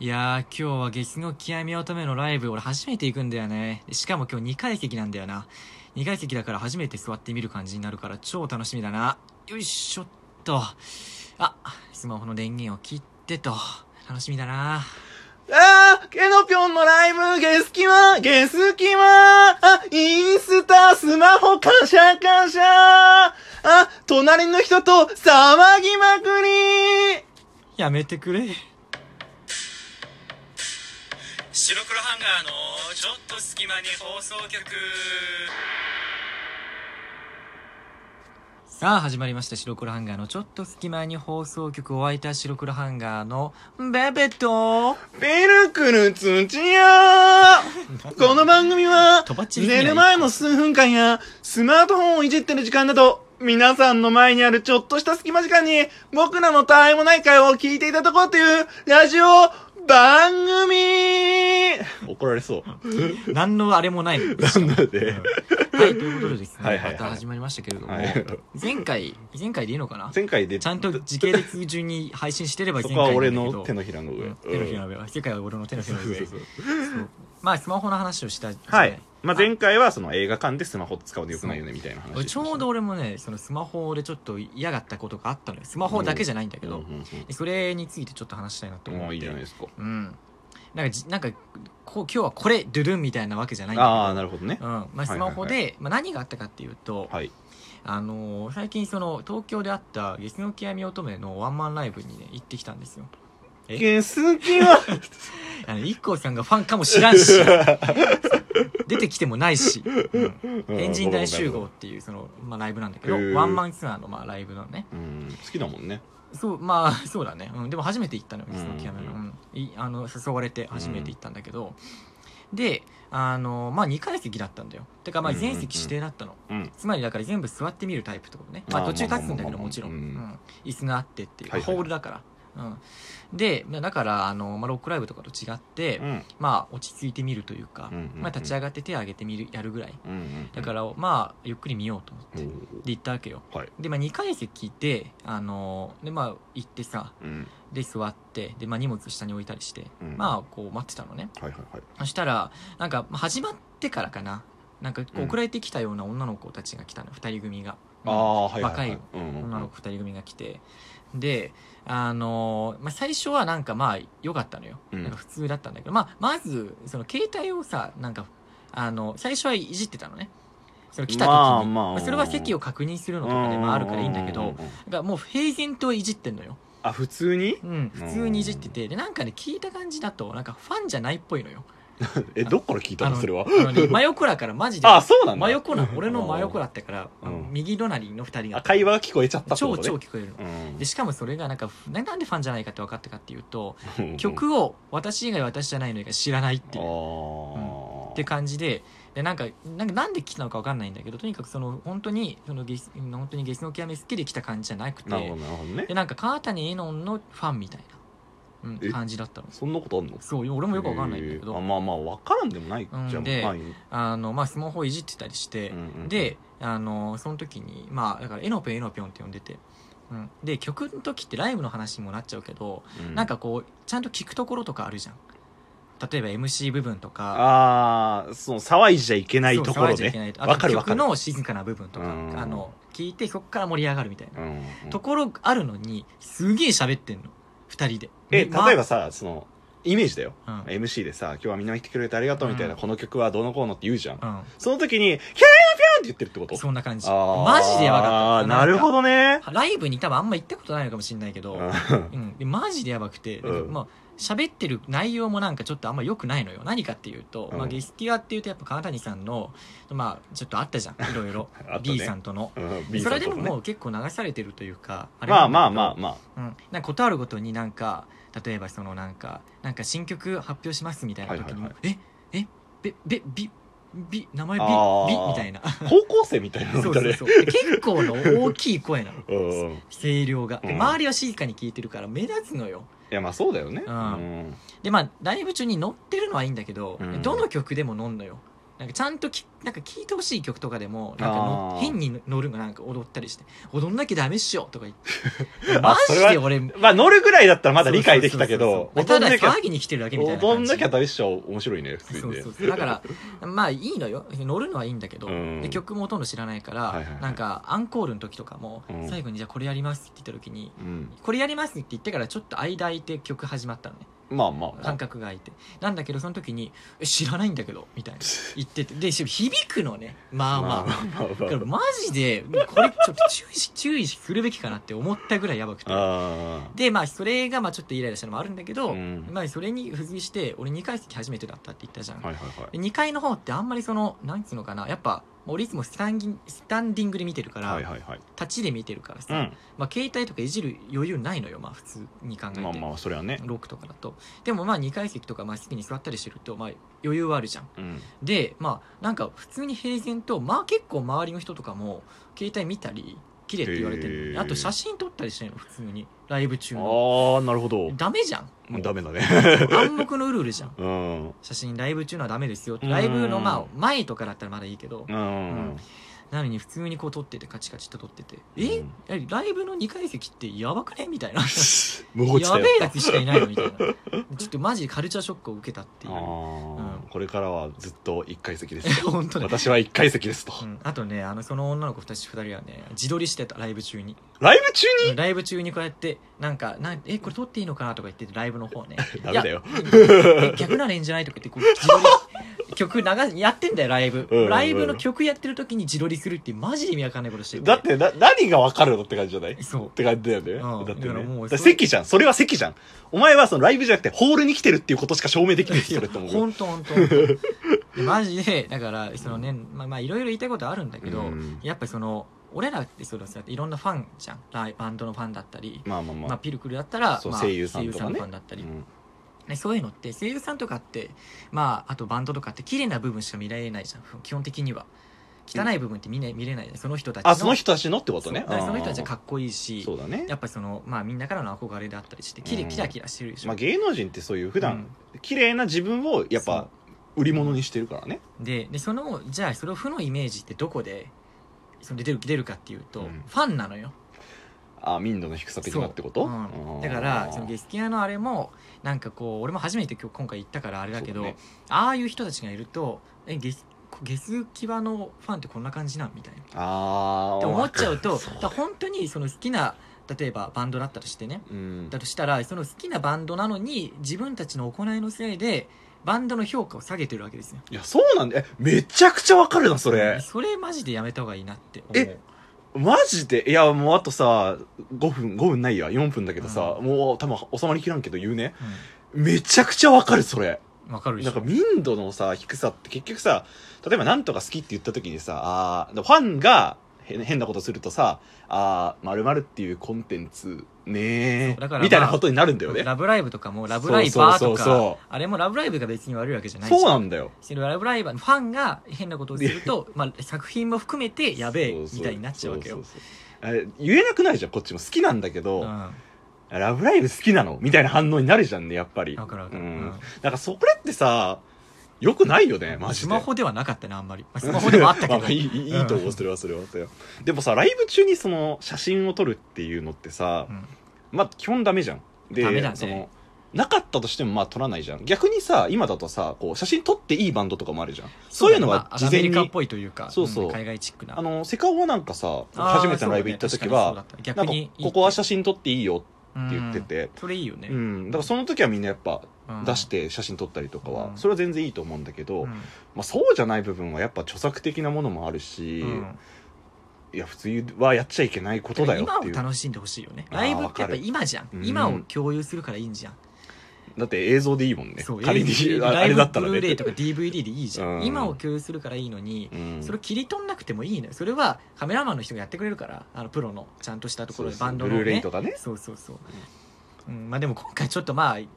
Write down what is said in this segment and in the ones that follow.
いやー、今日は月の極み乙女のライブ、俺初めて行くんだよね。しかも今日2階席なんだよな。2階席だから初めて座ってみる感じになるから超楽しみだな。よいしょっと。あ、スマホの電源を切ってと。楽しみだな。あー、ケノピョンのライブ、ゲスキマ、ゲスキマ、あ、インスタ、スマホ、カシャカシャ、あ、隣の人と騒ぎまくりやめてくれ。白黒ハンガーのちょっと隙間に放送局さあ、始まりました。白黒ハンガーのちょっと隙間に放送局を開いた白黒ハンガーのベベと、ペルクル土屋この番組はとばっちり見ない寝る前の数分間やスマートフォンをいじってる時間など皆さんの前にあるちょっとした隙間時間に僕らのたわいもない会話を聞いていただこうというラジオ番組怒られそう。何のあれも ないの。なんだでうんはい、ということでですね、はいはいはいまた始まりましたけれども、はい前回、前回でいいのかな前回でちゃんと時系列順に配信してればそ前こ回はなんだ俺けどの手のひらのう上ん。手のひらの上世界は俺の手のひらの上そうまあスマホの話をしたじゃなはい。まあ、前回はその映画館でスマホ使うのよくないよねみたいな話俺ちょうど俺もねそのスマホでちょっと嫌がったことがあったのよスマホだけじゃないんだけうんど、うんでそれについてちょっと話したいなとうん思ってもういいじゃないですか。うんなんかじなんかこう今日はこれドゥルンみたいなわけじゃないんだけどああ、なるほどねう。んまあ、スマホで、はまあ、何があったかっていうと、はい。あのー最近その東京であった「月の極み乙女」のワンマンライブにね行ってきたんですよえゲスキはあの IKKO さんがファンかもしらんし 出てきてもないし、うん天神大集合っ。ていうその、まあ、ライブなんだけどへーワンマンツアーのまあライブなのねうん、好きだもんね。そうまあ そうだね、うん、でも初めて行ったのようんその極めの、うんいあの誘われて初めて行ったんだけど、であのまあ2階席だったんだよてかまあ全席指定だったの、うん。つまりだから全部座ってみるタイプってことね、まあ、あー途中立つんだけまあまあまどあもちろん、ううんん、椅子があってっていう、はいはいはいホールだからうん、でまあだからあの、まあ、ロックライブとかと違って、うん。まあ落ち着いてみるというか、うんうんうんまあ、立ち上がって手を上げてみるやるぐらいうん。だから、まあゆっくり見ようと思って、うん、で行ったわけよはい。で、まあ、2階席で,、あのーでまあ、行ってさうん。で座ってで、まあ、荷物下に置いたりして、うんまあこう待ってたのねはいはいはい。そしたらなんかまあ始まってからかななんかこううん送られてきたような女の子たちが来たの、二2人組が、ああ、はいはい。若い女の子2人組が来てであのーまあ、最初はなんかまあ良かったのよ、うんなんか普通だったんだけど、まあ、まずその携帯をさなんかあの最初はいじってたのねその来た時に、まあまあまあそれは席を確認するのとかでもあるからいいんだけど、。がもう平然といじってんのよ、あ、普通にうん、普通にいじっててでなんかね聞いた感じだとなんかファンじゃないっぽいのよえ、どっから聞いたあののそれは。あのね 真横だからマジであ、そうなんだ。真横な俺の真横だったから、うん右隣の2人あ、が会話が聞こえちゃったって超こと超ね。聞こえるのうんでしかもそれがなんかななんでファンじゃないかって分かったかっていうとうん曲を私以外私じゃないのが知らないっていうああ。って感じででなんかなんかなんで来たのか分かんないんだけどとにかくその本当にそのゲス本当にゲスの極め好きで来た感じじゃなくなるほてど、なるほどねで。なんか川谷絵音のファンみたいな、うん、え感じだったのそんなことあんのそう俺もよく分かんないんだけへーあどまあまあ分からんでもないじゃうんんでまあいいあの、まあ、スマホいじってたりして、うんうんであのその時にまあだから「エノピョンエノピョン」って呼んでて、うん、で曲の時ってライブの話にもなっちゃうけど、うんなんかこうちゃんと聞くところとかあるじゃん例えば MC 部分とかああその騒いじゃいけないそうところ騒いじゃいけねないとわあかとるわか曲るの静かな部分とかうんあの聞いてそこから盛り上がるみたいな、うんうんところあるのにすげえ喋ってんの2人でえまあ例えばさそのイメージだようん、 MC でさ今日はみんな来てくれてありがとうみたいなうんこの曲はどうのこうのって言うじゃうんんその時に「キャーピャン!」って言ってるってことそんな感じあーマジでやばかあったーなるほどどねライブに多分あんま行ったことないのかもしれないけど、うんうん、でマジでやばくて、うんまあ喋ってる内容もなんかちょっとあんま良くないのよ何かっていうと、うんまあ、ゲスティアっていうとやっぱ川谷さんのまあちょっとあったじゃん いろいろあったね B さんとの。うんそれでももうう結構流されてるというかあれまなあんまだあけどまあまうん、なんかことあるごとになんか例えばそのなんかなんか新曲発表しますみたいな時にも、はいええべべびび名前びあーびみた いなあ高校生みたいなそのうだそうねそうで結構の大きい声なのうんい声量がでうん周りは静かに聞いてるから目立つのよやまあそうだよねううんんでまあライブ中に乗ってるのはいいんだけど、うんどの曲でも乗んのよなんかちゃんときなんか聞いてほしい曲とかでもなんかのあー変に乗るのなんか踊ったりして踊んなきゃダメっしょとか言っ てあマそれジはで俺まあ、乗るぐらいだったらまだ理解できたけど、そうそうそうそう踊んなきたゃだ騒ぎに来てるだけみたいな踊感んじなきゃ大しょ面白いね、普通そにうねそうそうだからまあいいのよ乗るのはいいんだけど、うんで曲もほとんど知らないから、はいはいはいなんかアンコールの時とかも、うん最後に「じゃあこれやります」って言った時にうん。 「これやります」って言ってからちょっと間空いて曲始まったのねまあまあまあ 感。覚が空いてなんだけどその時に「え知らないんだけど」みたいな言っててでし響くのねまあまあ、まあまだ あからマジでこれちょっと注意し注意しするべきかなって思ったぐらいやばくてあでまあそれがまあちょっとイライラしたのもあるんだけあ。ど、うん。まあそれに付随して俺2階席初めてだったって言ったじゃん、はいはいはで2階の方ってあんまりそのなんつうのかなやっぱ俺いつもスタンギンスタンディングで見てるかい。ら、はいはいはい。立ちで見てるからさ、うまあ、携帯とかいじる余裕ないのよまあ普通に考えて、ん。まあまあ、それ はね。 6とかだとでもまあ2階席とかまあ好きに座ったりしてるとまあ余裕はあるじゃんうん。でまあなんか普通に平然とまあ結構周りの人とかも携帯見たり綺麗って言われてるのにへーあと写真撮ったりしてるの普通にライブ中のああ、なるほど。ダメじゃんもうダメだね。暗黙のルールじゃん うん。写真ライブ中のはダメですようんライブのまあ前とかだったらまだいいけどうん。なのに普通にこう撮っててカチカチと撮っててえうんえライブの2階席ってやばくねみたいな 無法地や帯べえやつしかいないのみたいなちょっとマジでカルチャーショックを受けたっていうあうあ、これからはずっと一階席です。 本当ね私は一階席ですと。うん、あとねあのその女の子2人2人はね自撮りしてたライブ 中にライブ中にうんライブ中にこうやってなんかなんえこれ撮っていいのかなとか言っててライブの方ね ダメだよ。いやえ逆ならいいんじゃないとか言ってこう自撮り 曲流やってんだよライブ、うんうんうんライブの曲やってる時に自撮りするっていうマジで意味わかんないことしててだってな、何がわかるのって感じじゃないっそうて感じだよね。うんだってだからね。もうだからそう席じゃん。それは席じゃん。お前はそのライブじゃなくて、ホールに来てるっていうことしか証明できないそれと思う。本当本当本当 マジでだからそのねまあまあいろいろ言いたいことあるんだけど、うんやっぱりその俺らってそのさいろんなファンじゃんライバンドのファンだったり、まあまあままあ、あ。ピルクルだったら、そうまあ、声優さんとかね声のファンだったうり、んねそういうのって声優さんとかってまああとバンドとかって綺麗な部分しか見られないじゃん基本的には汚い部分って見,、ね、見れないじゃんその人たちあ、その人たちのってことねそう。だからその人たちはあかっこいいしーそうだね。やっぱりそのまあみんなからの憧れだったりしてキレうんキラキラしてるでしょ、まあ芸能人ってそういう普段、綺麗な自分をやっぱ売り物にしてるからね。ででそのじゃあそれを負のイメージってどこでその出る出るかっていうと、うんファンなのよあ、民度の低さ的なってことそううんだからそのゲスキアのあれもなんかこう俺も初めて今日今回行ったからあれだけどそうだねああいう人たちがいるとえゲスゲス際のファンってこんな感じなんみたいなああ。って思っちゃうとそうだから本当にその好きな例えばバンドだったとしてねうんだとしたらその好きなバンドなのに自分たちの行いのせいでバンドの評価を下げてるわけですよいや、そうなんだ。え、めちゃくちゃわかるな、それ。それマジでやめた方がいいなって思うえマジでいや、もうあとさ、5分、5分ないや、4分だけどさ、もう多分収まりきらんけど言うね。めちゃくちゃわかる、それ。うんわかるでしなんかょ民度のさ、低さって結局さ、例えばなんとか好きって言った時にさ、あーでファンが変変なことするとさ、あー、〇〇っていうコンテンツ、ねそうだかーらみたいなことになるんだよね。ラブライブとかもラブライバーそとうそうそうかそあれもラブライブが別に悪いわけじゃないそうななんだよ。ラブライバーのファンが変なことをすると、まあ、作品も含めてやべえそうみそうたいになっちゃうわけよそそそうあれ言えなくないじゃん、こっちも。好きなんだけうど、んわラブライブ好きなのみたいな反応になるじゃんね、やっぱり。かるわかるううんん。なんかそれってさ、よくないよね、マジで。スマホではなかったねあんまり、まあスマホでもあったけど まあいいいいいいと思う、それはそれは。それはでもさ、ライブ中にその写真を撮るっていうのってさ、うんまあ基本ダメじゃん。で、ダメだねその、なかったとしてもまあ撮らないじゃん。逆にさ、今だとさ、こう写真撮っていいバンドとかもあるじゃん。そういうのはまあ事前に、アメリカっぽいというかそうそうん海外チックなあの、セカオワなんかさ、あー初めてのライブ行った時そうはだ、ね確なかんにそうだった逆かにここは写真撮っていいよって言ってて、うんそれいいよね、うん、だからその時はみんなやっぱうん出して写真撮ったりとかは、うんそれは全然いいと思うんだけど、うんまあ、そうじゃない部分はやっぱ著作的なものもあるし、うんいや普通はやっちゃいけないことだよ今っをていう楽しんでほしいよねあーライブってやっぱ今じゃんかる今を共有するからいいんじゃんだって映像でいいもんねそう仮に DVD ああれだったらライブブルーレねイとか DVD でいいじゃん、うん今を共有するからいいのに、うんそれを切り取んなくてもいいのよそれはカメラマンの人がやってくれるからあのプロのちゃんとしたところでそうそうバンドの、ブね、ルーレイとかねそうそうそう、うんまあでも今回ちょっとまあ違う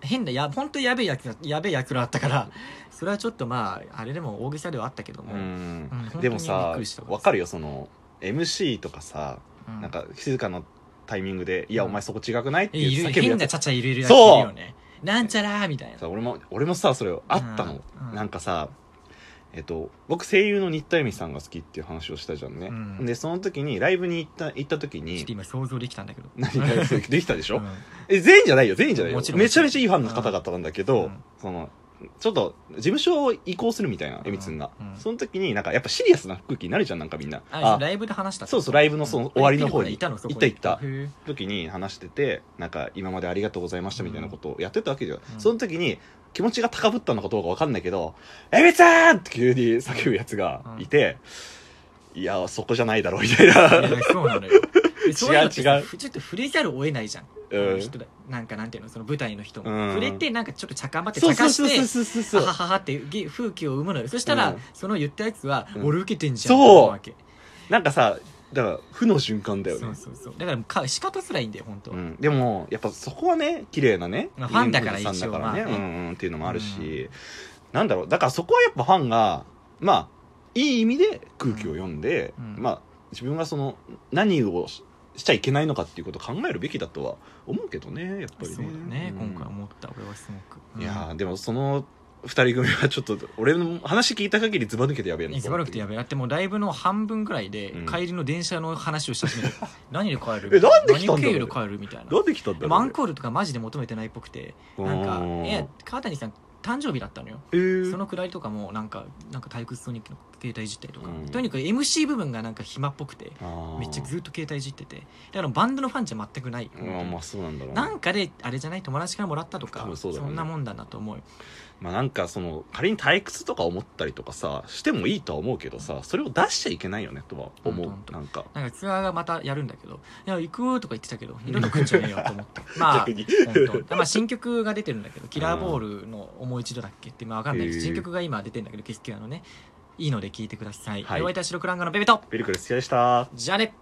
変なや本当にやべえやつだやべえやつらだったからそれはちょっとまああれでも大げさではあったけども、ううんん本当にでもびっさくりしたわかるよその MC とかさ、なんか静かなタイミングで「いやうおん前そこ違くない?」っていいうる叫ぶ変やなつちゃちゃ入れるやついるそうよねなんちゃらーみたいなさ俺も俺もさそれあったの、うんなんかさえっと、僕声優の新田恵美さんが好きっていう話をしたじゃんね、うんでその時にライブに行った行った時ちょっとに今想像できたんだけど。何ができたでしょ、うんえ全員じゃないよ全員じゃないよもちろんめちゃめちゃいいファンの方々なんだけど、うんそのちょっと事務所を移行するみたいな恵美つんが、うんその時になんかやっぱシリアスな空気になるじゃんなんかみんなあ、ライブで話したそうそうライブのその終わりの方にいたのそこにいたいたへえ時に話しててなんか今までありがとうございましたみたいなことをやってたわけじゃん、うんその時に気持ちが高ぶったのかどうかわかんないけど「エビさん!」って急に叫ぶやつがいて、いやそこじゃないだろうみたいいなやそうなの よ。違う違うちょっと触れざるを得ないじゃん。うん人だなんかなんていうの、その舞台の人も。うん触れて、なんかちょっとちゃかまって、ちそうゃそかうそうそうして、そうそうあはそうははってげ風紀を生むのよ。そしたうらん、その言ったやつはう、ん俺受けてんじゃん。そう思わけなんかさだから負の循環だよねそうそうそう。だからか、仕方すらいいんだよ、本当うん、でもやっぱそこはね綺麗なねまあファンだから芸能人さんだから一応まあねねうんうんっていうのもあるし、なんだろうだからそこはやっぱファンがまあいい意味で空気を読んで、うんまあ自分がその何をししちゃいけないのかっていうことを考えるべきだとは思うけどねやっぱりねそうだね、うん今回思った、俺はすごく。うんいやーでもその2人組はちょっと俺の話聞いた限りズバ抜けてやべえなえしばらくてやべえだってもうライブの半分ぐらいでうん帰りの電車の話をし 始めて何で帰るえなんで来たんだろう何経由で帰るみたいななんで来たんだでろうもアンコールとかマジで求めてないっぽくてなんかうんいや川谷さん誕生日だったのよえーそのくだりとかもなんかなんか退屈そうに携帯いじったりとか、うんとにかく MC 部分がなんか暇っぽくてあーめっちゃずっと携帯いじっててだからバンドのファンじゃ全くない、うんまあそうなんだろうなんかであれじゃない友達からもらったと多か分そそ,、うだろうねんなもんだなと思うよまあなんかその仮に退屈とか思ったりとかさしてもいいとは思うけどさそれを出しちゃいけないよねとは思ほんうとなんかなんかツアーがまたやるんだけど「いや行く」とか言ってたけど二度と来んじゃねえよと思って まあ逆に本当まあ新曲が出てるんだけど「キラーボールのもう一度だっけ?」ってまあわかんないけどへー新曲が今出てるんだけどキスキュアのねいいので聞いてください、はいお相手は白黒アンガーのベベとペリクル好きでしたじゃあね